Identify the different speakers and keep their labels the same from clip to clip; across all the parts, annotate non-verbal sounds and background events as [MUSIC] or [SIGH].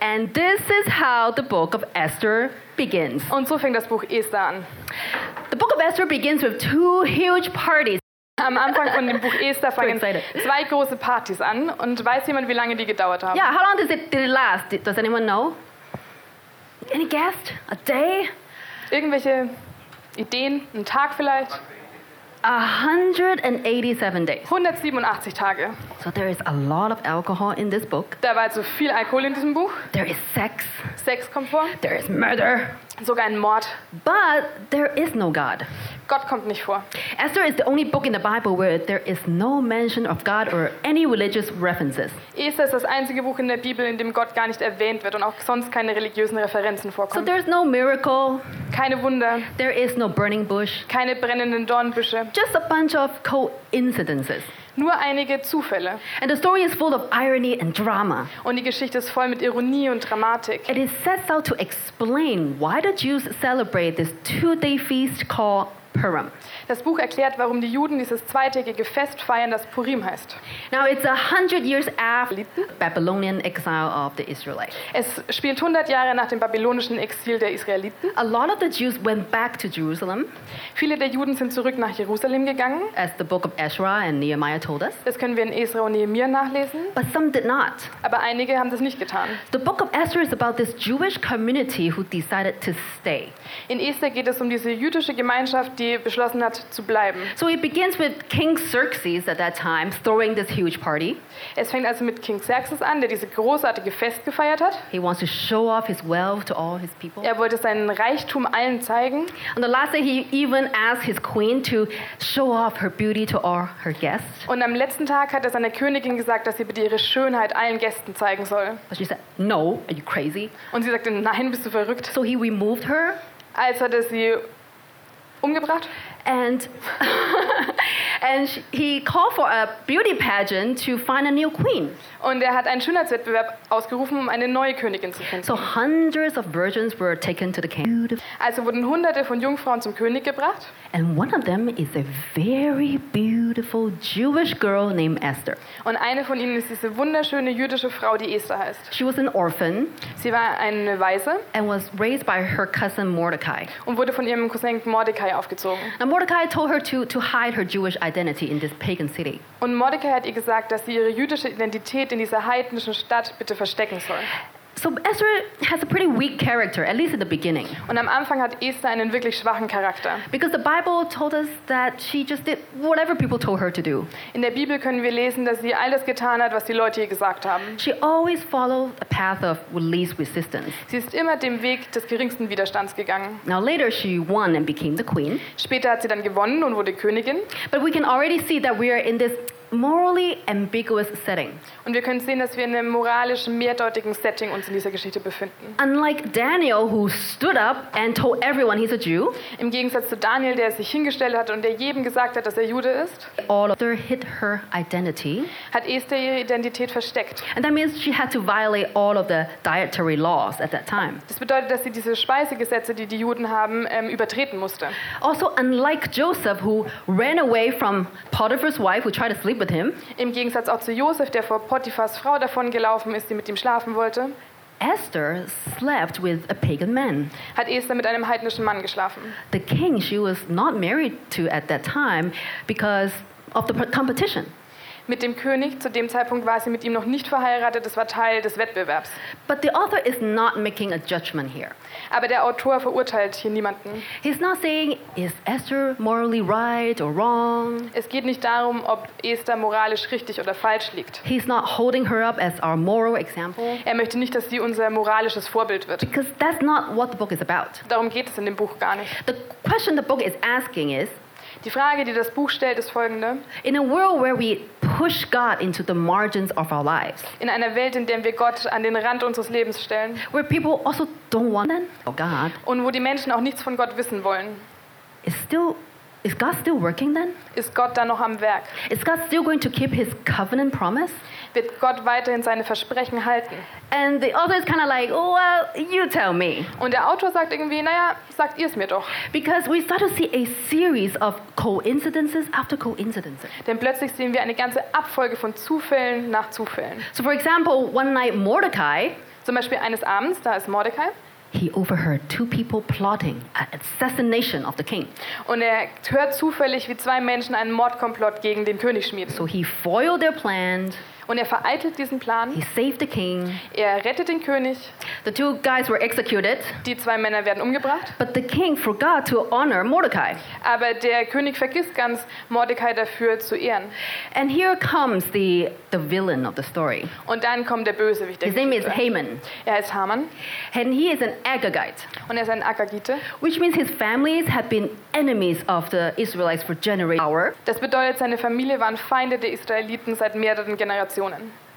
Speaker 1: And this is how the book of Esther begins.
Speaker 2: Und so fängt das Buch Esther an.
Speaker 1: The book of Esther begins with two huge parties.
Speaker 2: Am Anfang von dem Buch Esther fangen
Speaker 1: excited.
Speaker 2: zwei große Partys an und weiß jemand, wie lange die gedauert haben?
Speaker 1: Yeah, how long does it, did it last? Did- Does anyone know? Any guess? A day?
Speaker 2: Irgendwelche Ideen? Ein Tag vielleicht?
Speaker 1: 187 days.
Speaker 2: 187 Tage.
Speaker 1: So there is a lot of alcohol in this book.
Speaker 2: Da war also viel Alkohol in diesem Buch.
Speaker 1: There is sex.
Speaker 2: Sex kommt vor.
Speaker 1: There is murder.
Speaker 2: Sogar ein Mord.
Speaker 1: But there is no God.
Speaker 2: Gott kommt nicht vor.
Speaker 1: Esther is the only book in the Bible where there is no mention of God or any religious references.
Speaker 2: Esther ist das einzige Buch in der Bibel, in dem Gott gar nicht erwähnt wird und auch sonst keine religiösen Referenzen
Speaker 1: So
Speaker 2: vorkommen.
Speaker 1: there's no miracle,
Speaker 2: Keine Wunder,
Speaker 1: there is no burning bush,
Speaker 2: keine brennenden Dornbüsche,
Speaker 1: just a bunch of coincidences.
Speaker 2: nur einige Zufälle.
Speaker 1: And the story is full of irony and drama.
Speaker 2: Und die Geschichte ist voll mit Ironie und Dramatik.
Speaker 1: It is sets out to explain why the Jews celebrate this two day feast called Purim.
Speaker 2: Das Buch erklärt, warum die Juden dieses zweitägige Fest feiern, das Purim heißt.
Speaker 1: Now, it's a hundred years after Babylonian exile of the Israelites.
Speaker 2: Es spielt 100 Jahre nach dem babylonischen Exil der Israeliten.
Speaker 1: A lot of the Jews went back to Jerusalem,
Speaker 2: Viele der Juden sind zurück nach Jerusalem gegangen.
Speaker 1: as the book of Ezra and Nehemiah told us,
Speaker 2: Das können wir in Esra und Nehemiah nachlesen.
Speaker 1: but some did not.
Speaker 2: Aber einige haben das nicht getan.
Speaker 1: The book of Esther is about this Jewish community who decided to stay.
Speaker 2: In Esther geht es um diese jüdische Gemeinschaft, die beschlossen hat, zu bleiben.
Speaker 1: So it begins with King Xerxes at that time throwing this huge party.
Speaker 2: Es fängt also mit King Xerxes an, der diese großartige Fest gefeiert hat.
Speaker 1: He wants to show off his wealth to all his people.
Speaker 2: Er wollte seinen Reichtum allen zeigen.
Speaker 1: On the last day, he even asked his queen to show off her beauty to all her guests.
Speaker 2: Und am letzten Tag hat er seiner Königin gesagt, dass sie bitte ihre Schönheit allen Gästen zeigen soll.
Speaker 1: But she said, No, are you crazy?
Speaker 2: Und sie sagte, nein, bist du verrückt.
Speaker 1: So he removed her
Speaker 2: als hat er sie umgebracht.
Speaker 1: and, [LAUGHS] and she, he called for a beauty pageant to find a new queen.
Speaker 2: Und er hat einen Schönheitswettbewerb ausgerufen, um eine neue Königin zu finden.
Speaker 1: So hundreds of virgins were taken to the king.
Speaker 2: Also wurden hunderte von Jungfrauen zum König gebracht.
Speaker 1: And one of them is a very beautiful Jewish girl named Esther.
Speaker 2: Und eine von ihnen ist diese wunderschöne jüdische Frau, die Esther heißt.
Speaker 1: She was an orphan
Speaker 2: Sie war eine Waise
Speaker 1: and was raised by her cousin Mordecai.
Speaker 2: und wurde von ihrem Cousin Mordecai aufgezogen.
Speaker 1: Now, Mordecai told her to, to hide her Jewish identity in this pagan city.
Speaker 2: Und Mordecai hat ihr gesagt, dass sie ihre jüdische Identität in dieser heidnischen Stadt bitte verstecken soll.
Speaker 1: So Esther has a pretty weak character, at least in the beginning,
Speaker 2: Und am Anfang hat Esther einen wirklich schwachen Charakter.
Speaker 1: because the Bible told us that she just did whatever people told her to do.
Speaker 2: In der Bibel können wir lesen, dass sie all das getan hat, was die Leute ihr gesagt haben.
Speaker 1: She always followed a path of least resistance.
Speaker 2: Sie ist immer dem Weg des geringsten Widerstands gegangen.
Speaker 1: Now later she won and became the queen,
Speaker 2: Später hat sie dann gewonnen und wurde Königin.
Speaker 1: but we can already see that we are in this morally ambiguous setting.
Speaker 2: Und wir können sehen, dass wir in einem moralisch mehrdeutigen Setting uns in dieser Geschichte befinden.
Speaker 1: Unlike Daniel, who stood up and told everyone he's a Jew,
Speaker 2: Im Gegensatz zu Daniel, der sich hingestellt hat und der jedem gesagt hat, dass er Jude ist,
Speaker 1: all of her hid her identity,
Speaker 2: hat Esther ihre Identität versteckt.
Speaker 1: and that means she had to violate all of the dietary laws at that time.
Speaker 2: Das bedeutet, dass sie diese Speisegesetze, die die Juden haben, ähm, übertreten musste.
Speaker 1: Also, unlike Joseph, who ran away from Potiphar's wife who tried to sleep with him,
Speaker 2: Im Gegensatz auch zu Josef, der vor Potiphas Frau davon gelaufen ist, die mit ihm schlafen wollte,
Speaker 1: Esther slept with a pagan man.
Speaker 2: hat Esther mit einem heidnischen Mann geschlafen.
Speaker 1: The king she was not married to at that time because of the p- competition.
Speaker 2: Mit dem König, zu dem Zeitpunkt war sie mit ihm noch nicht verheiratet, das war Teil des Wettbewerbs.
Speaker 1: But the author is not making a judgment here.
Speaker 2: Aber der Autor verurteilt hier niemanden.
Speaker 1: He's not saying, is Esther morally right or wrong?
Speaker 2: Es geht nicht darum, ob Esther moralisch richtig oder falsch liegt.
Speaker 1: He's not holding her up as our moral example
Speaker 2: Er möchte nicht, dass sie unser moralisches Vorbild wird.
Speaker 1: because that's not what the book is about.
Speaker 2: Darum geht es in dem Buch gar nicht.
Speaker 1: The question the book is asking is
Speaker 2: Die Frage, die das Buch stellt, ist folgende.
Speaker 1: In a world where we push God into the margins of our lives,
Speaker 2: In einer Welt, in der wir Gott an den Rand unseres Lebens stellen
Speaker 1: where people also don't want them, oh God,
Speaker 2: und wo die Menschen auch nichts von Gott wissen wollen,
Speaker 1: is still Is God still working then?
Speaker 2: Ist Gott dann noch am Werk?
Speaker 1: Is God still going to keep his covenant promise?
Speaker 2: Wird Gott weiterhin seine Versprechen halten?
Speaker 1: And the author is kind of like, well, you tell me.
Speaker 2: Und der Autor sagt irgendwie, naja, sagt ihr es mir doch.
Speaker 1: Because we start to see a series of coincidences after coincidences.
Speaker 2: Denn plötzlich sehen wir eine ganze Abfolge von Zufällen nach Zufällen.
Speaker 1: So, for example, one night Mordecai,
Speaker 2: Zum Beispiel eines Abends, da ist Mordecai,
Speaker 1: he overheard two people plotting an assassination of the king.
Speaker 2: und er hört zufällig, wie zwei Menschen einen Mordkomplott gegen den König schmieden.
Speaker 1: So he foiled their plan,
Speaker 2: Und er vereitelt diesen
Speaker 1: he
Speaker 2: Plan,
Speaker 1: saved the king.
Speaker 2: er rettet den König,
Speaker 1: The two guys were executed,
Speaker 2: die zwei Männer werden umgebracht,
Speaker 1: but the king forgot to honor Mordecai.
Speaker 2: aber der König vergisst ganz, Mordecai dafür zu ehren.
Speaker 1: And here comes the, the villain of the story.
Speaker 2: Und dann kommt der Bösewicht. Der
Speaker 1: His name is
Speaker 2: Geschichte.
Speaker 1: Haman,
Speaker 2: Er heißt Haman
Speaker 1: and he is an Agagite,
Speaker 2: und er ist ein Akagite.
Speaker 1: which means his families had been enemies of the Israelites for generations.
Speaker 2: Das bedeutet, seine Familie waren Feinde der Israeliten seit mehreren Generationen.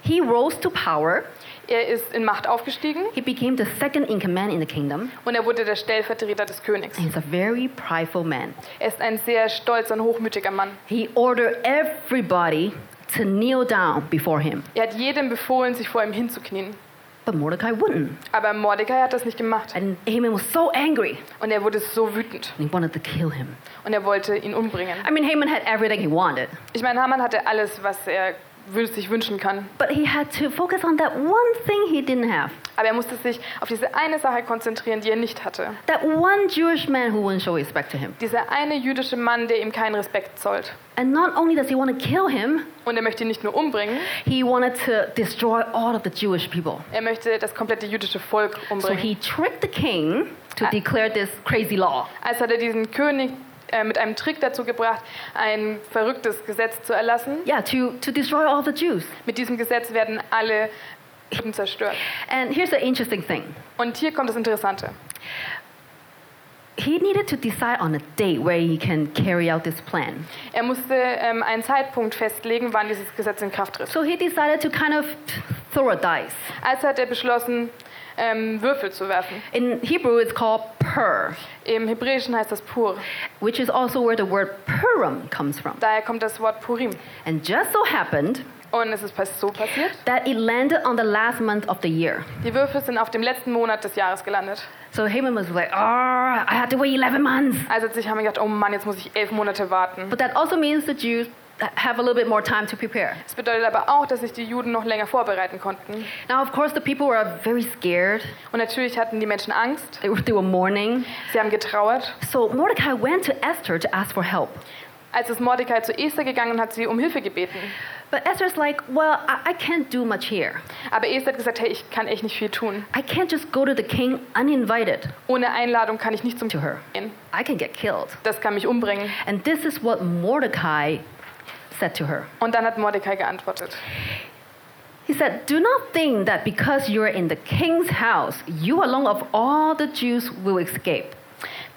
Speaker 1: He rose to power.
Speaker 2: Er ist in Macht aufgestiegen
Speaker 1: He became the second in command in the kingdom.
Speaker 2: und er wurde der Stellvertreter des Königs.
Speaker 1: And he's a very prideful man.
Speaker 2: Er ist ein sehr stolzer und hochmütiger Mann.
Speaker 1: He ordered everybody to kneel down before him.
Speaker 2: Er hat jedem befohlen, sich vor ihm hinzuknien.
Speaker 1: But Mordecai wouldn't.
Speaker 2: Aber Mordecai hat das nicht gemacht
Speaker 1: And Haman was so angry
Speaker 2: und er wurde so wütend
Speaker 1: and he wanted to kill him.
Speaker 2: und er wollte ihn umbringen.
Speaker 1: I mean, Haman had everything he wanted,
Speaker 2: Ich meine, Haman hatte alles, was er wü- sich wünschen kann.
Speaker 1: but he had to focus on that one thing he didn't have.
Speaker 2: Aber er musste sich auf diese eine Sache konzentrieren, die er nicht hatte.
Speaker 1: That one Jewish man who wouldn't show respect to him.
Speaker 2: Dieser eine jüdische Mann, der ihm keinen Respekt zollt.
Speaker 1: And not only does he want to kill him,
Speaker 2: Und er möchte ihn nicht nur umbringen,
Speaker 1: he wanted to destroy all of the Jewish people.
Speaker 2: er möchte das komplette jüdische Volk
Speaker 1: So
Speaker 2: umbringen.
Speaker 1: he tricked the king to declare this crazy law.
Speaker 2: Als Also hat er diesen König äh, mit einem Trick dazu gebracht, ein verrücktes Gesetz zu erlassen.
Speaker 1: Yeah, to, to destroy all the Jews.
Speaker 2: Mit diesem Gesetz werden alle Juden zerstört.
Speaker 1: And here's the interesting thing.
Speaker 2: Und hier kommt das Interessante.
Speaker 1: He needed to decide on a date where he can carry out this plan.
Speaker 2: Er musste ähm, einen Zeitpunkt festlegen, wann dieses Gesetz in Kraft tritt.
Speaker 1: So he decided to kind of throw a dice.
Speaker 2: Also hat er beschlossen, ähm, Würfel zu werfen.
Speaker 1: In Hebrew, it's called pur,
Speaker 2: Im Hebräischen heißt das Pur.
Speaker 1: which is also where the word Purim comes from.
Speaker 2: Daher kommt das Wort Purim.
Speaker 1: And just so happened
Speaker 2: Und es ist pass- so passiert.
Speaker 1: that it landed on the last month of the year.
Speaker 2: Die Würfel sind auf dem letzten Monat des Jahres gelandet.
Speaker 1: So Haman was like, ah, I had to wait 11 months.
Speaker 2: Also hat sich haben wir gedacht, oh Mann, jetzt muss ich elf Monate warten.
Speaker 1: But that also means the Jews have a little bit more time to prepare.
Speaker 2: Das bedeutet aber auch, dass sich die Juden noch länger vorbereiten konnten.
Speaker 1: Now, of course, the people were very scared.
Speaker 2: Und natürlich hatten die Menschen Angst.
Speaker 1: They were, they were mourning.
Speaker 2: Sie haben getrauert.
Speaker 1: So Mordecai went to Esther to ask for help.
Speaker 2: Als es Mordecai zu Esther gegangen und hat sie um Hilfe gebeten.
Speaker 1: But Esther's like, well, I, I can't do much here.
Speaker 2: Aber Esther hat gesagt, hey, ich kann echt nicht viel tun.
Speaker 1: I can't just go to the king uninvited
Speaker 2: Ohne Einladung kann ich nicht zum
Speaker 1: to her.
Speaker 2: gehen.
Speaker 1: I can get killed.
Speaker 2: Das kann mich umbringen.
Speaker 1: And this is what Mordecai said to her.
Speaker 2: Und dann hat Mordecai geantwortet.
Speaker 1: He said, Do not think that because you are in the king's house, you alone of all the Jews will escape.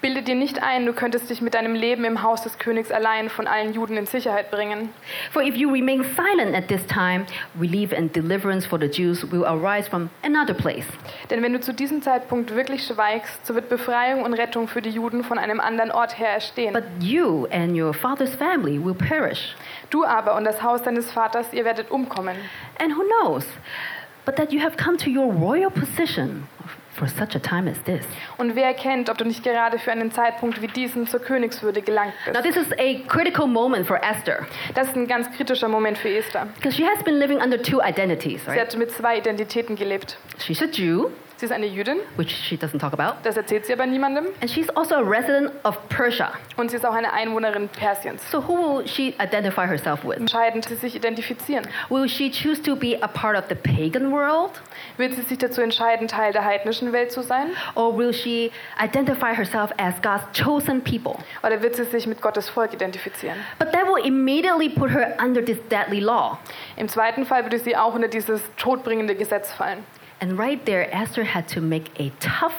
Speaker 2: Bilde dir nicht ein, du könntest dich mit deinem Leben im Haus des Königs allein von allen Juden in Sicherheit bringen.
Speaker 1: For if you remain silent at this time, relief and deliverance for the Jews will arise from another place.
Speaker 2: Denn wenn du zu diesem Zeitpunkt wirklich schweigst, so wird Befreiung und Rettung für die Juden von einem anderen Ort her erstehen.
Speaker 1: But you and your father's family will perish.
Speaker 2: Du aber und das Haus deines Vaters, ihr werdet umkommen.
Speaker 1: And who knows? But that you have come to your royal position for such a time as this.
Speaker 2: Und wer kennt, ob du nicht gerade für einen Zeitpunkt wie diesen zur Königswürde gelangt
Speaker 1: Now,
Speaker 2: bist?
Speaker 1: this is a critical moment for Esther
Speaker 2: Das ist ein ganz kritischer Moment für Esther.
Speaker 1: because she has been living under two identities,
Speaker 2: Sie
Speaker 1: right?
Speaker 2: hat mit zwei Identitäten gelebt.
Speaker 1: She's a Jew,
Speaker 2: Sie ist eine Jüdin,
Speaker 1: which she doesn't talk about,
Speaker 2: das erzählt sie aber niemandem.
Speaker 1: and she's also a resident of Persia.
Speaker 2: Und sie ist auch eine Einwohnerin Persiens.
Speaker 1: So, who will she identify herself with?
Speaker 2: Entscheidend, sie sich identifizieren.
Speaker 1: Will she choose to be a part of the pagan world,
Speaker 2: Wird sie sich dazu entscheiden, Teil der heidnischen Welt zu sein?
Speaker 1: or will she identify herself as God's chosen people?
Speaker 2: Oder wird sie sich mit Gottes Volk identifizieren?
Speaker 1: But that will immediately put her under this deadly law.
Speaker 2: Im zweiten Fall würde sie auch unter dieses todbringende Gesetz fallen.
Speaker 1: And right there, Esther had to make a tough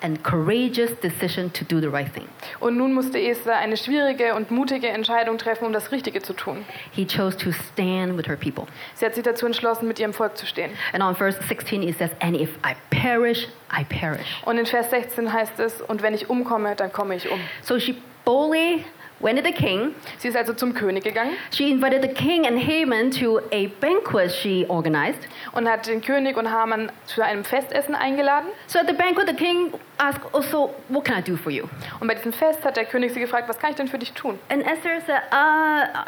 Speaker 1: and courageous decision to do the right thing.
Speaker 2: Und nun musste Esther eine schwierige und mutige Entscheidung treffen, um das Richtige zu tun.
Speaker 1: He chose to stand with her people.
Speaker 2: Sie hat sich dazu entschlossen, mit ihrem Volk zu stehen.
Speaker 1: And on verse 16, it says, And if I perish, I perish.
Speaker 2: Und in Vers 16 heißt es, und wenn ich umkomme, dann komme ich um.
Speaker 1: So she boldly went to the king.
Speaker 2: Sie ist also zum König gegangen
Speaker 1: She invited the king and Haman to a banquet she organized.
Speaker 2: und hat den König und Haman zu einem Festessen eingeladen.
Speaker 1: So at the banquet, the king asked, "Oh, so what can I do for you?"
Speaker 2: Und bei diesem Fest hat der König sie gefragt, was kann ich denn für dich tun?
Speaker 1: And Esther said, uh,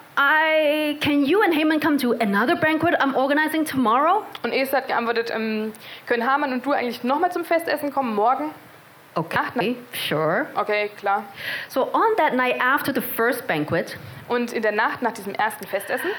Speaker 1: "I can you and Haman come to another banquet I'm organizing tomorrow?"
Speaker 2: Und Esther hat geantwortet, ähm, können Haman und du eigentlich nochmal zum Festessen kommen? Morgen?
Speaker 1: Okay, sure.
Speaker 2: Okay, klar.
Speaker 1: So on that night after the first banquet,
Speaker 2: Und in der Nacht nach diesem ersten Festessen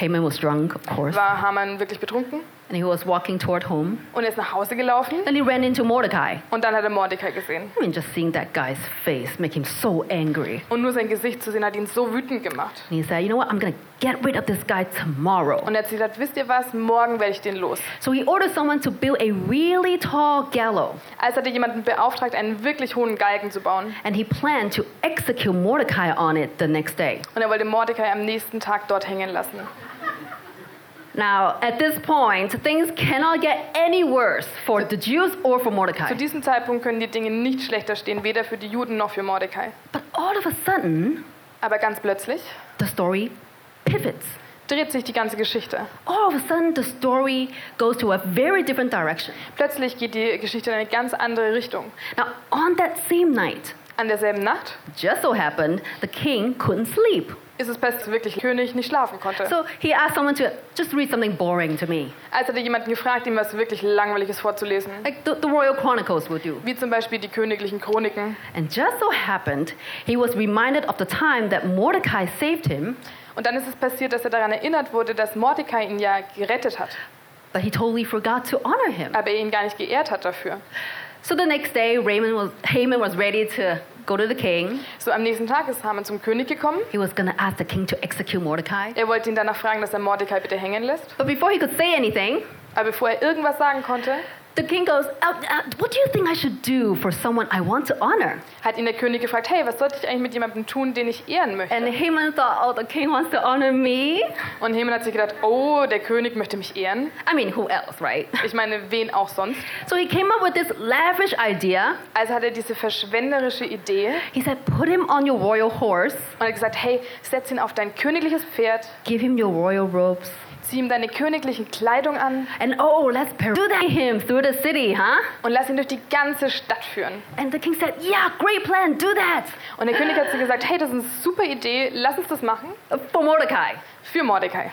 Speaker 1: Haman was drunk, of course,
Speaker 2: war Haman wirklich betrunken
Speaker 1: and he was walking toward home.
Speaker 2: und er ist nach Hause gelaufen
Speaker 1: Then he ran into Mordecai.
Speaker 2: und dann hat er Mordecai gesehen.
Speaker 1: I mean, just seeing that guy's face make him so angry.
Speaker 2: Und nur sein Gesicht zu sehen hat ihn so wütend gemacht.
Speaker 1: And he said, "You know what? I'm gonna get rid of this guy tomorrow."
Speaker 2: Und er hat sich gedacht, wisst ihr was, morgen werde ich den los.
Speaker 1: So he ordered someone to build a really tall gallows.
Speaker 2: Als hatte Also jemanden beauftragt, einen wirklich hohen Galgen zu bauen.
Speaker 1: and he planned to execute Mordecai on it the next day.
Speaker 2: Und er wollte Mordecai am nächsten Tag dort hängen lassen.
Speaker 1: Now, at this point, things cannot get any worse for the Jews or for
Speaker 2: Zu
Speaker 1: Mordecai.
Speaker 2: diesem Zeitpunkt können die Dinge nicht schlechter stehen, weder für die Juden noch für Mordecai.
Speaker 1: But all of a sudden,
Speaker 2: Aber ganz plötzlich
Speaker 1: the story pivots.
Speaker 2: dreht sich die ganze Geschichte.
Speaker 1: All of a sudden, the story goes to a very different direction.
Speaker 2: Plötzlich geht die Geschichte in eine ganz andere Richtung.
Speaker 1: Now, on that same night,
Speaker 2: An derselben Nacht
Speaker 1: just so happened, the king couldn't sleep.
Speaker 2: ist es passiert, dass wirklich der König nicht schlafen konnte.
Speaker 1: So he asked someone to just read something boring to me,
Speaker 2: Als hatte jemanden gefragt, ihm was wirklich Langweiliges vorzulesen.
Speaker 1: like the, the royal chronicles would do.
Speaker 2: Wie zum Beispiel die königlichen Chroniken.
Speaker 1: And just so happened, he was reminded of the time that Mordecai saved him
Speaker 2: Und dann ist es passiert, dass er daran erinnert wurde, dass Mordecai ihn ja gerettet hat,
Speaker 1: But he totally forgot to honor him.
Speaker 2: aber er ihn gar nicht geehrt hat dafür.
Speaker 1: So the next day, Raymond was, Haman was ready to go to the king.
Speaker 2: So am nächsten Tag ist Haman zum König gekommen.
Speaker 1: He was going to ask the king to execute Mordecai.
Speaker 2: Er wollte ihn danach fragen, dass er Mordecai bitte hängen lässt.
Speaker 1: But before he could say anything,
Speaker 2: Aber bevor er irgendwas sagen konnte,
Speaker 1: the king goes, "Uh, uh, What do you think I should do for someone I want to honor?
Speaker 2: hat ihn der König gefragt, hey, was sollte ich eigentlich mit jemandem tun, den ich ehren möchte?
Speaker 1: And Haman thought, Oh, the king wants to honor me?
Speaker 2: Und Haman hat sich gedacht, oh, der König möchte mich ehren.
Speaker 1: I mean, who else, right?
Speaker 2: Ich meine, wen auch sonst?
Speaker 1: So he came up with this lavish idea.
Speaker 2: Also hat er diese verschwenderische Idee
Speaker 1: He said, Put him on your royal horse,
Speaker 2: und hat gesagt, hey, setz ihn auf dein königliches Pferd,
Speaker 1: give him your royal robes,
Speaker 2: zieh ihm deine königlichen Kleidung an
Speaker 1: and oh, let's parade him through the city, huh?
Speaker 2: und lass ihn durch die ganze Stadt führen.
Speaker 1: And the king said, Yeah, great plan, do that.
Speaker 2: Und der König hat sie gesagt, hey, das ist eine super Idee, lass uns das machen
Speaker 1: Uh, for Mordecai.
Speaker 2: für Mordecai.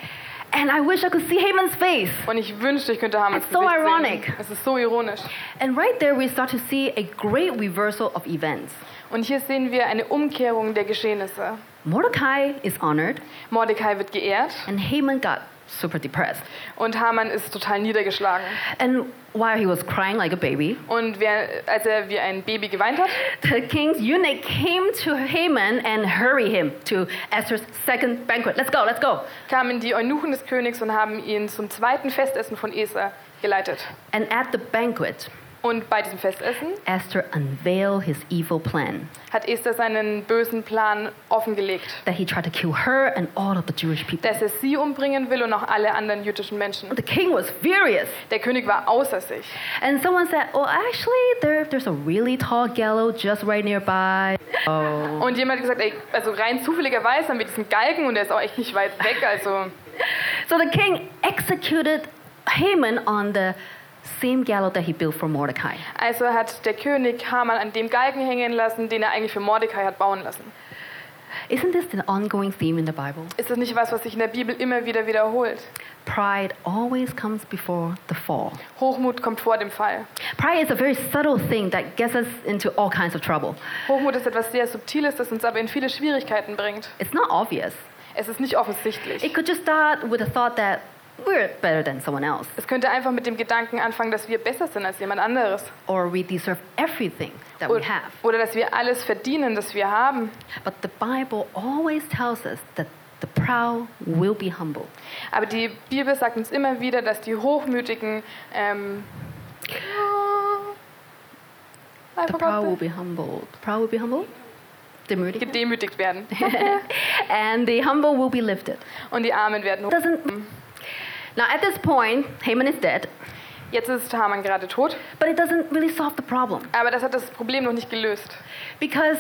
Speaker 1: And I wish I could see Haman's face.
Speaker 2: Und ich wünschte, ich könnte Hamans
Speaker 1: It's so
Speaker 2: Gesicht
Speaker 1: ironic.
Speaker 2: sehen. Es ist so ironisch.
Speaker 1: And right there, we start to see a great reversal of events.
Speaker 2: Und hier sehen wir eine Umkehrung der Geschehnisse.
Speaker 1: Mordecai is honored,
Speaker 2: Mordecai wird geehrt
Speaker 1: and Haman got super depressed.
Speaker 2: und Haman ist total niedergeschlagen.
Speaker 1: And while he was crying like a baby,
Speaker 2: Und wer, als er wie ein Baby geweint hat,
Speaker 1: the king's eunuch came to Haman and hurried him to Esther's second banquet. Let's go, let's go.
Speaker 2: kamen die Eunuchen des Königs und haben ihn zum zweiten Festessen von Esther geleitet.
Speaker 1: And at the banquet,
Speaker 2: Und bei diesem Festessen
Speaker 1: Esther unveiled his evil plan
Speaker 2: hat Esther seinen bösen Plan offengelegt,
Speaker 1: that he tried to kill her and all of the Jewish people.
Speaker 2: dass er sie umbringen will und auch alle anderen jüdischen Menschen.
Speaker 1: The king was furious.
Speaker 2: Der König war außer sich.
Speaker 1: And someone said, "Well, actually, there, there's a really tall gallows just right nearby." Oh.
Speaker 2: Und jemand hat gesagt, ey, also rein zufälligerweise haben wir diesen Galgen und der ist auch echt nicht weit weg. Also
Speaker 1: So the king executed Haman on the same gallows that he built for Mordecai.
Speaker 2: Also hat der König Haman an dem Galgen hängen lassen, den er eigentlich für Mordecai hat bauen lassen.
Speaker 1: Isn't this an ongoing theme in the Bible?
Speaker 2: Ist das nicht was, was sich in der Bibel immer wieder wiederholt?
Speaker 1: Pride always comes before the fall.
Speaker 2: Hochmut kommt vor dem Fall.
Speaker 1: Pride is a very subtle thing that gets us into all kinds of trouble.
Speaker 2: Hochmut ist etwas sehr Subtiles, das uns aber in viele Schwierigkeiten bringt.
Speaker 1: It's not obvious.
Speaker 2: Es ist nicht offensichtlich.
Speaker 1: It could just start with the thought that we're better than someone else,
Speaker 2: Es könnte einfach mit dem Gedanken anfangen, dass wir besser sind als jemand anderes.
Speaker 1: or we deserve everything that Oh, we
Speaker 2: Oder,
Speaker 1: have.
Speaker 2: oder dass wir alles verdienen, das wir haben.
Speaker 1: But the Bible always tells us that the proud will be humbled.
Speaker 2: Aber die Bibel sagt uns immer wieder, dass die Hochmütigen. Ähm, I
Speaker 1: The
Speaker 2: forgot
Speaker 1: proud will
Speaker 2: the-
Speaker 1: be humbled. The proud will be humbled. Demütig.
Speaker 2: gedemütigt werden.
Speaker 1: and the humble will be lifted.
Speaker 2: Und die Armen werden hoch.
Speaker 1: Doesn't.
Speaker 2: Mm.
Speaker 1: Now at this point, Haman is dead,
Speaker 2: Jetzt ist Haman gerade tot,
Speaker 1: but it doesn't really solve the problem
Speaker 2: aber das hat das Problem noch nicht gelöst.
Speaker 1: because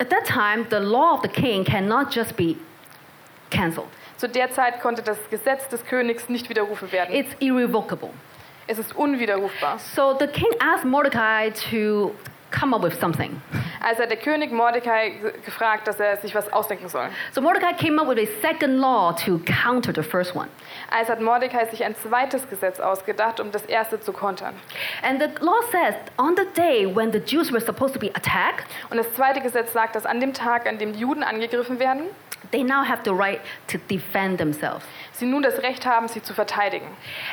Speaker 1: At that time, the law of the king cannot just be cancelled.
Speaker 2: Zu der Zeit konnte das Gesetz des Königs nicht widerrufen werden.
Speaker 1: It's irrevocable.
Speaker 2: es ist unwiderrufbar.
Speaker 1: So the king asked Mordecai to come up with something.
Speaker 2: Also hat der König Mordecai g- gefragt, dass er sich was ausdenken soll.
Speaker 1: So Mordecai came up with a second law to counter the first one.
Speaker 2: Also hat Mordecai sich ein zweites Gesetz ausgedacht, um das erste zu kontern.
Speaker 1: And the law says on the day when the Jews were supposed to be attacked,
Speaker 2: Und das zweite Gesetz sagt, dass an dem Tag, an dem die Juden angegriffen werden,
Speaker 1: they now have the right to defend themselves.
Speaker 2: sie nun das Recht haben, sich zu verteidigen.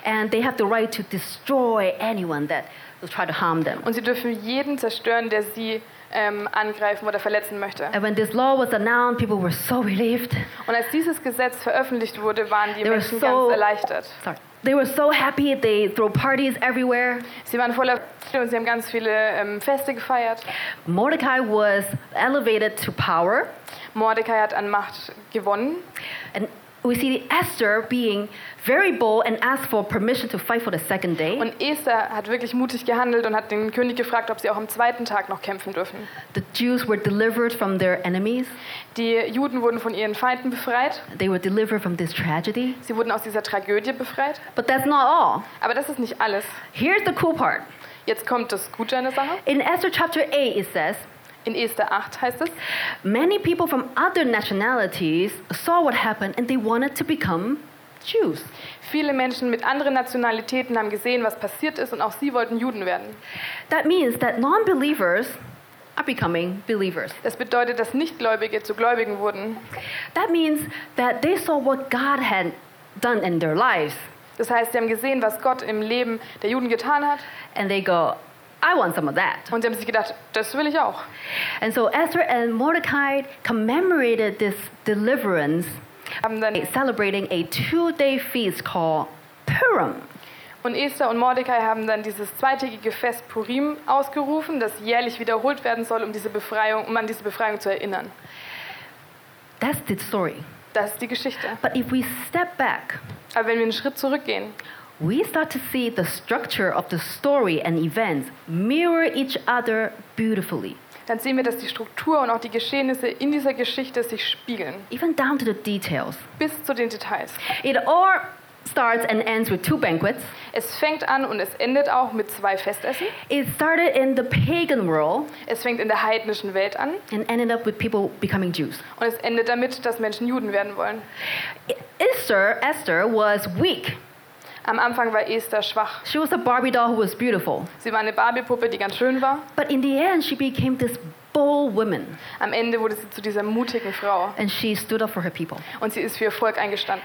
Speaker 1: And they have the right to destroy anyone that will try to harm them.
Speaker 2: Und sie dürfen jeden zerstören, der sie ähm, angreifen oder verletzen möchte.
Speaker 1: And when this law was announced, people were so relieved.
Speaker 2: Und als dieses Gesetz veröffentlicht wurde, waren die
Speaker 1: They were
Speaker 2: Menschen
Speaker 1: so-
Speaker 2: ganz erleichtert.
Speaker 1: Sorry. They were so happy, they throw parties everywhere.
Speaker 2: Sie waren voller Freude und sie haben ganz viele ähm, Feste gefeiert.
Speaker 1: Mordecai was elevated to power.
Speaker 2: Mordecai hat an Macht gewonnen.
Speaker 1: And we see Esther being very bold and asked for permission to fight for the second day.
Speaker 2: Und Esther hat wirklich mutig gehandelt und hat den König gefragt, ob sie auch am zweiten Tag noch kämpfen dürfen.
Speaker 1: The Jews were delivered from their enemies.
Speaker 2: Die Juden wurden von ihren Feinden befreit.
Speaker 1: They were delivered from this tragedy.
Speaker 2: Sie wurden aus dieser Tragödie befreit.
Speaker 1: But that's not all.
Speaker 2: Aber das ist nicht alles.
Speaker 1: Here's the cool part.
Speaker 2: Jetzt kommt das Gute an der Sache.
Speaker 1: In Esther chapter 8, it says,
Speaker 2: In Esther 8 heißt es,
Speaker 1: Many people from other nationalities saw what happened and they wanted to become Jews.
Speaker 2: viele Menschen mit anderen Nationalitäten haben gesehen, was passiert ist und auch sie wollten Juden werden.
Speaker 1: That means that non believers are becoming believers.
Speaker 2: Das bedeutet, dass Nichtgläubige zu Gläubigen wurden.
Speaker 1: That means that they saw what God had done in their lives
Speaker 2: Das heißt, sie haben gesehen, was Gott im Leben der Juden getan hat
Speaker 1: and they go, I want some of that.
Speaker 2: und sie haben sich gedacht, das will ich auch.
Speaker 1: And so Esther and Mordecai commemorated this deliverance,
Speaker 2: Haben dann,
Speaker 1: celebrating a two day feast called Purim.
Speaker 2: und Esther und Mordecai haben dann dieses zweitägige Fest Purim ausgerufen, das jährlich wiederholt werden soll, um, diese Befreiung, um an diese Befreiung zu erinnern.
Speaker 1: That's the story.
Speaker 2: Das ist die Geschichte.
Speaker 1: But if we step back,
Speaker 2: Aber wenn wir einen Schritt zurückgehen,
Speaker 1: we start to see the structure of the story and events mirror each other beautifully,
Speaker 2: dann sehen wir, dass die Struktur und auch die Geschehnisse in dieser Geschichte sich spiegeln,
Speaker 1: even down to the details.
Speaker 2: bis zu den Details.
Speaker 1: It all starts and ends with two banquets.
Speaker 2: Es fängt an und es endet auch mit zwei Festessen.
Speaker 1: It started in the pagan world
Speaker 2: Es fängt in der heidnischen Welt an
Speaker 1: and ended up with people becoming Jews.
Speaker 2: und es endet damit, dass Menschen Juden werden wollen.
Speaker 1: Esther, Esther was weak.
Speaker 2: Am Anfang war Esther schwach.
Speaker 1: She was a Barbie doll who was beautiful.
Speaker 2: Sie war eine Barbie-Puppe, die ganz schön war.
Speaker 1: But in the end, she became this bold woman
Speaker 2: Am Ende wurde sie zu dieser mutigen Frau
Speaker 1: and she stood up for her people.
Speaker 2: und sie ist für ihr Volk eingestanden.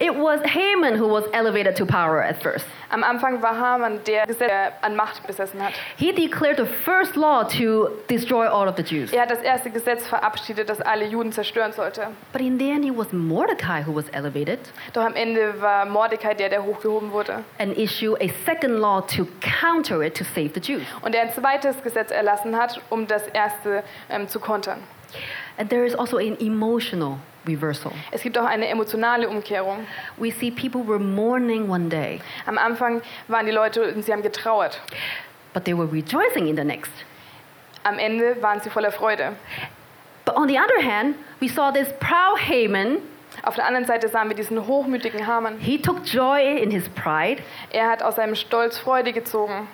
Speaker 1: It was Haman who was elevated to power at first.
Speaker 2: Am Anfang war Haman der, Gesetz- der an Macht besessen hat.
Speaker 1: He declared the first law to destroy all of the Jews.
Speaker 2: Er hat das erste Gesetz verabschiedet, das alle Juden zerstören sollte.
Speaker 1: But in the end, it was Mordecai who was elevated
Speaker 2: Doch am Ende war Mordecai der, der hochgehoben wurde
Speaker 1: and issued a second law to counter it to save the Jews.
Speaker 2: und der ein zweites Gesetz erlassen hat, um das erste ähm, zu kontern.
Speaker 1: And there is also an emotional reversal.
Speaker 2: Es gibt auch eine emotionale Umkehrung.
Speaker 1: We see people were mourning one day,
Speaker 2: Am Anfang waren die Leute und sie haben getrauert.
Speaker 1: but they were rejoicing in the next.
Speaker 2: Am Ende waren sie voller Freude.
Speaker 1: But on the other hand, we saw this proud Haman.
Speaker 2: Auf der anderen Seite sahen wir diesen hochmütigen Haman.
Speaker 1: He took joy in his pride,
Speaker 2: Er hat aus seinem Stolz Freude gezogen.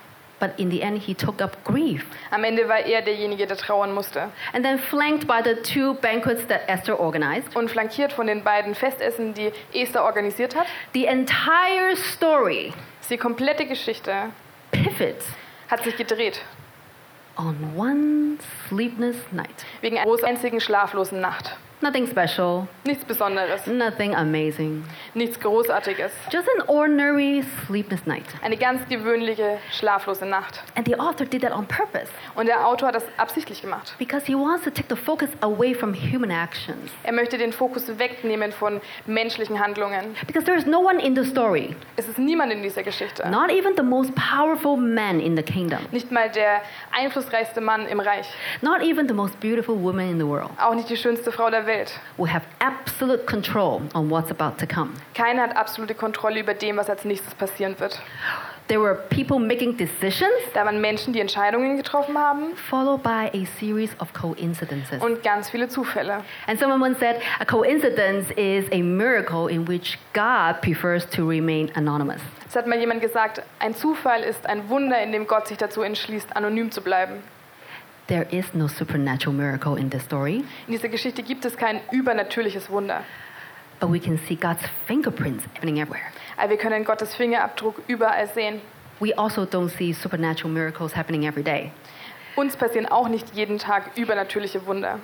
Speaker 1: but in the end, he took up grief.
Speaker 2: Am Ende war er derjenige, der trauern musste.
Speaker 1: And then, flanked by the two banquets that Esther organized,
Speaker 2: Und flankiert von den beiden Festessen, die Esther organisiert hat,
Speaker 1: the entire story
Speaker 2: die komplette Geschichte
Speaker 1: pivots
Speaker 2: hat sich gedreht.
Speaker 1: on one sleepless night.
Speaker 2: Wegen einer großen, einzigen schlaflosen Nacht.
Speaker 1: Nothing special,
Speaker 2: Nichts Besonderes,
Speaker 1: nothing amazing.
Speaker 2: nichts Großartiges.
Speaker 1: Just an ordinary sleepless night.
Speaker 2: Eine ganz gewöhnliche, schlaflose Nacht.
Speaker 1: And the author did that on purpose
Speaker 2: Und der Autor hat das absichtlich gemacht.
Speaker 1: because he wants to take the focus away from human actions.
Speaker 2: Er möchte den Fokus wegnehmen von menschlichen Handlungen.
Speaker 1: Because there is no one in the story,
Speaker 2: Es ist niemand in dieser Geschichte.
Speaker 1: not even the most powerful man in the kingdom,
Speaker 2: Nicht mal der einflussreichste Mann im Reich.
Speaker 1: not even the most beautiful woman in the world.
Speaker 2: Auch nicht die schönste Frau der Welt.
Speaker 1: will have absolute control on what's about to come.
Speaker 2: Keiner hat absolute Kontrolle über dem, was als nächstes passieren wird.
Speaker 1: There were people making decisions
Speaker 2: Da waren Menschen, die Entscheidungen getroffen haben
Speaker 1: followed by a series of coincidences.
Speaker 2: und ganz viele Zufälle.
Speaker 1: And someone once said, a coincidence is a miracle in which God prefers to remain anonymous.
Speaker 2: Es hat mal jemand gesagt, ein Zufall ist ein Wunder, in dem Gott sich dazu entschließt, anonym zu bleiben.
Speaker 1: There is no supernatural miracle in this story,
Speaker 2: In dieser Geschichte gibt es kein übernatürliches Wunder,
Speaker 1: but we can see God's fingerprints happening everywhere.
Speaker 2: aber wir können Gottes Fingerabdruck überall sehen.
Speaker 1: We also don't see supernatural miracles happening every day.
Speaker 2: Uns passieren auch nicht jeden Tag übernatürliche Wunder.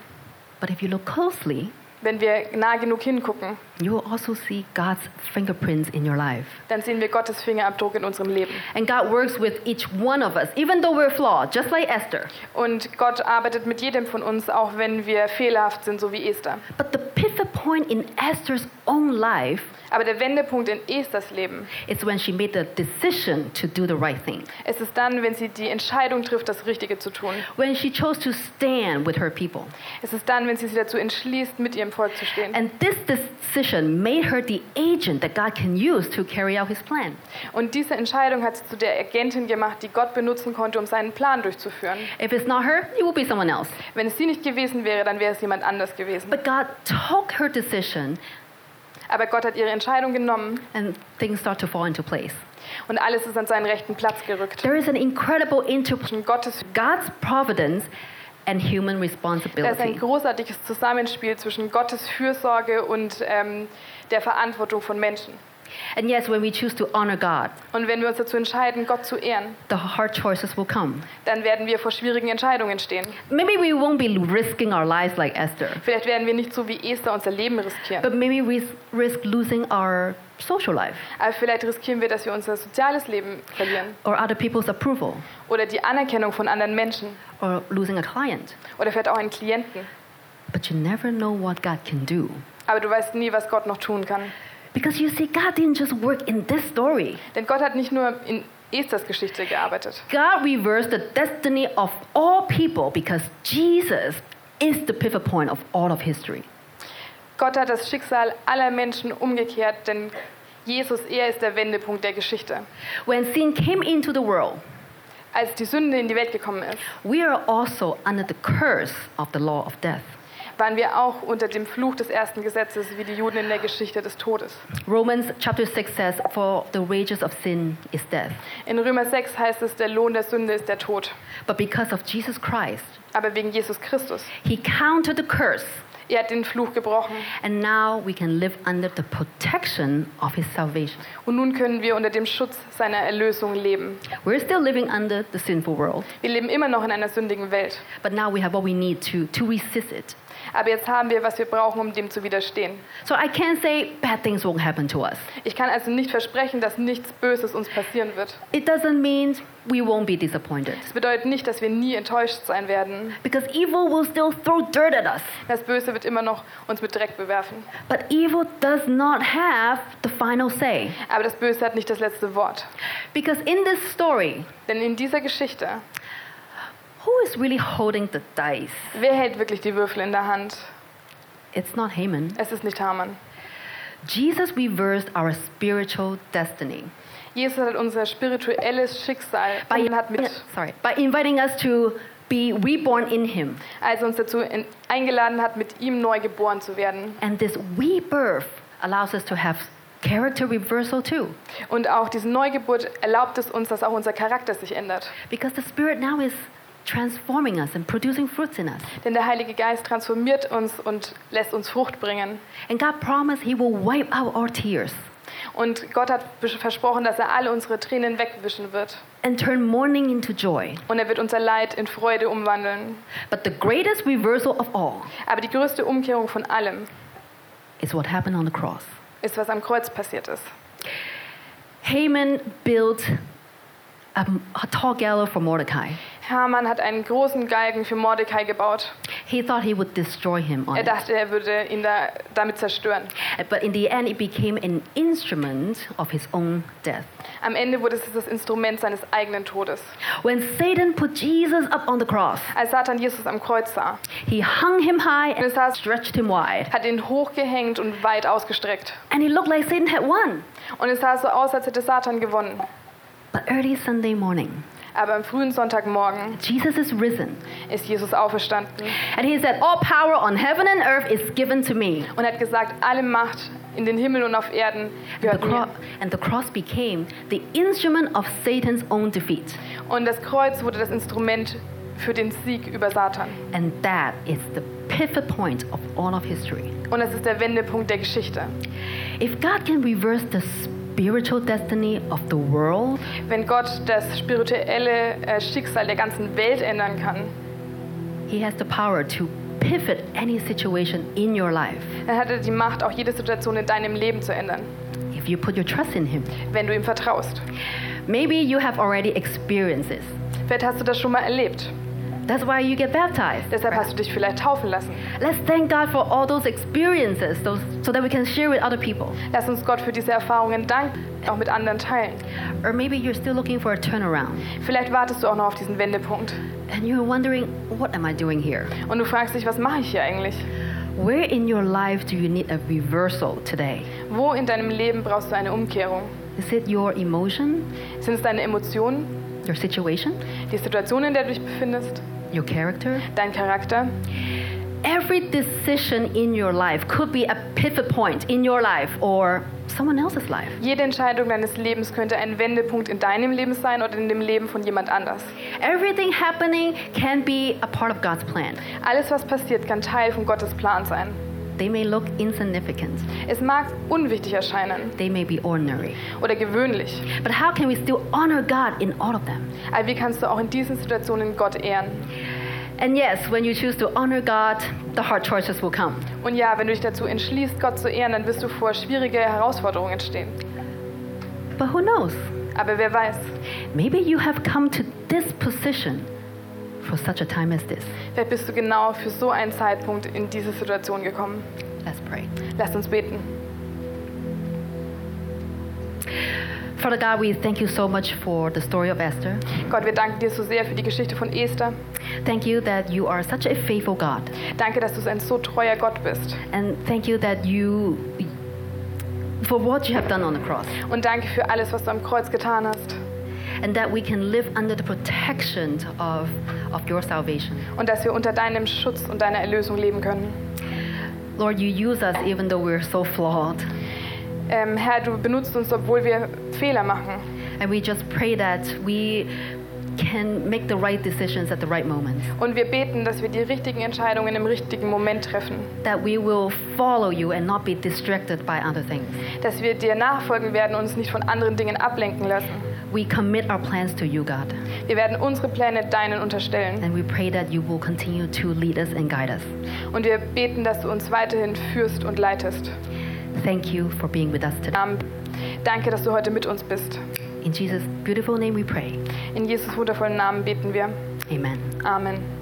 Speaker 1: But if you look closely,
Speaker 2: Wenn wir nah genug hingucken,
Speaker 1: you will also see God's fingerprints in your life.
Speaker 2: dann sehen wir Gottes Fingerabdruck in unserem Leben.
Speaker 1: And God works with each one of us, even though we're flawed, just like Esther.
Speaker 2: Und Gott arbeitet mit jedem von uns, auch wenn wir fehlerhaft sind, so wie Esther.
Speaker 1: But the pivot point in Esther's own life
Speaker 2: Aber der Wendepunkt in Esthers Leben
Speaker 1: is when she made the decision to do the right thing.
Speaker 2: ist es dann, wenn sie die Entscheidung trifft, das Richtige zu tun.
Speaker 1: When she chose to stand with her people.
Speaker 2: Es ist dann, wenn sie sich dazu entschließt, mit ihrem Volk zu stehen.
Speaker 1: And this decision made her the agent that God can use to carry out his plan.
Speaker 2: Und diese Entscheidung hat sie zu der Agentin gemacht, die Gott benutzen konnte, um seinen Plan durchzuführen.
Speaker 1: If it's not her, it will be someone else.
Speaker 2: Wenn es sie nicht gewesen wäre, dann wäre es jemand anders gewesen.
Speaker 1: But God took her decision
Speaker 2: Aber Gott hat ihre Entscheidung genommen
Speaker 1: and things start to fall into place.
Speaker 2: und alles ist an seinen rechten Platz gerückt.
Speaker 1: There is an incredible interplay
Speaker 2: Zwischen Gottes
Speaker 1: God's providence and human
Speaker 2: da ist ein
Speaker 1: responsibility.
Speaker 2: großartiges Zusammenspiel zwischen Gottes Fürsorge und ähm, der Verantwortung von Menschen.
Speaker 1: And yes, when we choose to honor God,
Speaker 2: Und wenn wir uns dazu entscheiden, Gott zu ehren,
Speaker 1: the hard choices will come.
Speaker 2: dann werden wir vor schwierigen Entscheidungen stehen.
Speaker 1: Maybe we won't be risking our lives like Esther,
Speaker 2: Vielleicht werden wir nicht so wie Esther unser Leben riskieren,
Speaker 1: but maybe we risk losing our social life
Speaker 2: aber vielleicht riskieren wir, dass wir unser soziales Leben verlieren
Speaker 1: or other people's approval
Speaker 2: oder die Anerkennung von anderen Menschen
Speaker 1: or losing a client.
Speaker 2: oder vielleicht auch einen Klienten.
Speaker 1: But you never know what God can do.
Speaker 2: Aber du weißt nie, was Gott noch tun kann.
Speaker 1: Because you see, God didn't just work in this story.
Speaker 2: Denn Gott hat nicht nur in Esthers Geschichte gearbeitet.
Speaker 1: God reversed the destiny of all people because Jesus is the pivot point of all of history.
Speaker 2: Gott hat das Schicksal aller Menschen umgekehrt, denn Jesus, er ist der Wendepunkt der Geschichte.
Speaker 1: When sin came into the world,
Speaker 2: Als die Sünde in die Welt gekommen ist,
Speaker 1: we are also under the curse of the law of death.
Speaker 2: waren wir auch unter dem Fluch des ersten Gesetzes wie die Juden in der Geschichte des Todes.
Speaker 1: Romans chapter 6 says, For the wages of sin is death.
Speaker 2: In Römer 6 heißt es, der Lohn der Sünde ist der Tod.
Speaker 1: But because of Jesus Christ,
Speaker 2: Aber wegen Jesus Christus.
Speaker 1: he countered the curse,
Speaker 2: Er hat den Fluch gebrochen.
Speaker 1: and now we can live under the protection of his salvation.
Speaker 2: Und nun können wir unter dem Schutz seiner Erlösung leben.
Speaker 1: We're still living under the sinful world,
Speaker 2: Wir leben immer noch in einer sündigen Welt.
Speaker 1: but now we have what we need to, to resist it.
Speaker 2: Aber jetzt haben wir, was wir brauchen, um dem zu widerstehen.
Speaker 1: So I can't say bad things won't happen to us.
Speaker 2: Ich kann also nicht versprechen, dass nichts Böses uns passieren wird.
Speaker 1: It doesn't mean we won't be disappointed,
Speaker 2: Das bedeutet nicht, dass wir nie enttäuscht sein werden.
Speaker 1: because evil will still throw dirt at us.
Speaker 2: Das Böse wird immer noch uns mit Dreck bewerfen.
Speaker 1: But evil does not have the final say.
Speaker 2: Aber das Böse hat nicht das letzte Wort.
Speaker 1: Because in this story,
Speaker 2: Denn in dieser Geschichte,
Speaker 1: who is really holding the dice?
Speaker 2: wer hält wirklich die Würfel in der Hand?
Speaker 1: It's not Haman.
Speaker 2: Es ist nicht Hamann.
Speaker 1: Jesus reversed our spiritual destiny
Speaker 2: Jesus hat unser spirituelles Schicksal
Speaker 1: by,
Speaker 2: und hat mit,
Speaker 1: sorry, by inviting us to be reborn in him.
Speaker 2: als er uns dazu in, eingeladen hat, mit ihm neu geboren zu werden.
Speaker 1: And this rebirth allows us to have character reversal too.
Speaker 2: Und auch diese Neugeburt erlaubt es uns, dass auch unser Charakter sich ändert.
Speaker 1: Because the Spirit now is transforming us and producing fruits in us.
Speaker 2: Denn der Heilige Geist transformiert uns und lässt uns Frucht bringen.
Speaker 1: And God promised He will wipe out our tears
Speaker 2: Und Gott hat besch- versprochen, dass er alle unsere Tränen wegwischen wird.
Speaker 1: and turn mourning into joy.
Speaker 2: Und er wird unser Leid in Freude umwandeln.
Speaker 1: But the greatest reversal of all
Speaker 2: Aber die größte Umkehrung von allem
Speaker 1: is what happened on the cross.
Speaker 2: ist, was am Kreuz passiert ist.
Speaker 1: Haman built a, a tall gallows for Mordecai.
Speaker 2: Haman hat einen großen Galgen für Mordecai gebaut.
Speaker 1: He thought he would destroy him on
Speaker 2: Er
Speaker 1: it.
Speaker 2: dachte, er würde ihn da, damit zerstören.
Speaker 1: But in the end, it became an instrument of his own death.
Speaker 2: Am Ende wurde es das Instrument seines eigenen Todes.
Speaker 1: When Satan put Jesus up on the cross,
Speaker 2: Als Satan Jesus am Kreuz sah,
Speaker 1: he hung him high and
Speaker 2: Es heißt-
Speaker 1: stretched him wide.
Speaker 2: hat ihn hochgehängt und weit ausgestreckt.
Speaker 1: And it looked like Satan had won.
Speaker 2: Und es sah so aus, als hätte Satan gewonnen.
Speaker 1: But early Sunday morning,
Speaker 2: Aber am frühen Sonntagmorgen
Speaker 1: Jesus is risen.
Speaker 2: ist Jesus auferstanden
Speaker 1: And he said, All power on heaven and earth is given to me.
Speaker 2: und hat gesagt, alle Macht in den Himmel und auf Erden
Speaker 1: The
Speaker 2: gehört mir.
Speaker 1: cro- and the cross became the instrument of Satan's own defeat.
Speaker 2: Und das Kreuz wurde das Instrument für den Sieg über Satan.
Speaker 1: And that is the pivot point of all of history.
Speaker 2: Und das ist der Wendepunkt der Geschichte.
Speaker 1: If God can reverse the spiritual destiny of the world,
Speaker 2: Wenn Gott das spirituelle äh, Schicksal der ganzen Welt ändern kann,
Speaker 1: He has the power to pivot any situation in your life
Speaker 2: dann hat er die Macht, auch jede Situation in deinem Leben zu ändern,
Speaker 1: if you put your trust in Him.
Speaker 2: wenn du ihm vertraust.
Speaker 1: Maybe you have already experienced this.
Speaker 2: Vielleicht hast du das schon mal erlebt.
Speaker 1: That's why you get baptized.
Speaker 2: Deshalb hast du dich vielleicht taufen lassen.
Speaker 1: Let's thank God for all those experiences those, so that we can share with other people.
Speaker 2: Lass uns Gott für diese Erfahrungen danken, auch mit anderen teilen.
Speaker 1: Or maybe you're still looking for a turnaround
Speaker 2: Vielleicht wartest du auch noch auf diesen Wendepunkt
Speaker 1: and you're wondering, what am I doing here?
Speaker 2: und du fragst dich, was mache ich hier eigentlich?
Speaker 1: Where in your life do you need a reversal today?
Speaker 2: Wo in deinem Leben brauchst du eine Umkehrung?
Speaker 1: Is it your emotion,
Speaker 2: Sind es deine Emotionen,
Speaker 1: your situation,
Speaker 2: die Situation, in der du dich befindest,
Speaker 1: your character?
Speaker 2: dein Charakter?
Speaker 1: Every decision in your life could be a pivot point in your life or someone else's life.
Speaker 2: Jede Entscheidung deines Lebens könnte ein Wendepunkt in deinem Leben sein oder in dem Leben von jemand anders.
Speaker 1: Everything happening can be a part of God's plan.
Speaker 2: Alles, was passiert, kann Teil von Gottes Plan sein.
Speaker 1: They may look insignificant,
Speaker 2: Es mag unwichtig erscheinen
Speaker 1: they may be ordinary.
Speaker 2: oder gewöhnlich,
Speaker 1: But how can we still honor God in all of them?
Speaker 2: aber wie kannst du auch in diesen Situationen Gott ehren?
Speaker 1: And yes, when you choose to honor God, the hard choices will come.
Speaker 2: Und ja, wenn du dich dazu entschließt, Gott zu ehren, dann wirst du vor schwierige Herausforderungen stehen.
Speaker 1: But who knows?
Speaker 2: Aber wer weiß,
Speaker 1: Maybe you have come to this position for such a time as this.
Speaker 2: vielleicht bist du genau für so einen Zeitpunkt in diese Situation gekommen.
Speaker 1: Let's pray.
Speaker 2: Lasst uns beten.
Speaker 1: Father God, we thank you so much for the story of Esther.
Speaker 2: Gott, wir danken dir so sehr für die Geschichte von Esther.
Speaker 1: Thank you that you are such a faithful God.
Speaker 2: Danke, dass du ein so treuer Gott bist.
Speaker 1: And thank you that you, for what you have done on the cross.
Speaker 2: Und danke für alles, was du am Kreuz getan hast.
Speaker 1: And that we can live under the protection of, of your salvation.
Speaker 2: Und dass wir unter deinem Schutz und deiner Erlösung leben können.
Speaker 1: Lord, you use us even though we're so flawed.
Speaker 2: Ähm, Herr, du benutzt uns, obwohl wir Fehler machen.
Speaker 1: And we just pray that we can make the right decisions at the right moment.
Speaker 2: Und wir beten, dass wir die richtigen Entscheidungen im richtigen Moment treffen.
Speaker 1: That we will follow you and not be distracted by other things.
Speaker 2: Dass wir dir nachfolgen werden und uns nicht von anderen Dingen ablenken lassen.
Speaker 1: We commit our plans to you, God.
Speaker 2: Wir werden unsere Pläne deinen unterstellen.
Speaker 1: And we pray that you will continue to lead us and guide us.
Speaker 2: Und wir beten, dass du uns weiterhin führst und leitest.
Speaker 1: Thank you for being with us today.
Speaker 2: Amen. Danke, dass du heute mit uns bist.
Speaker 1: In Jesus' beautiful name we pray.
Speaker 2: In Jesus' wundervollen Namen beten wir.
Speaker 1: Amen.
Speaker 2: Amen.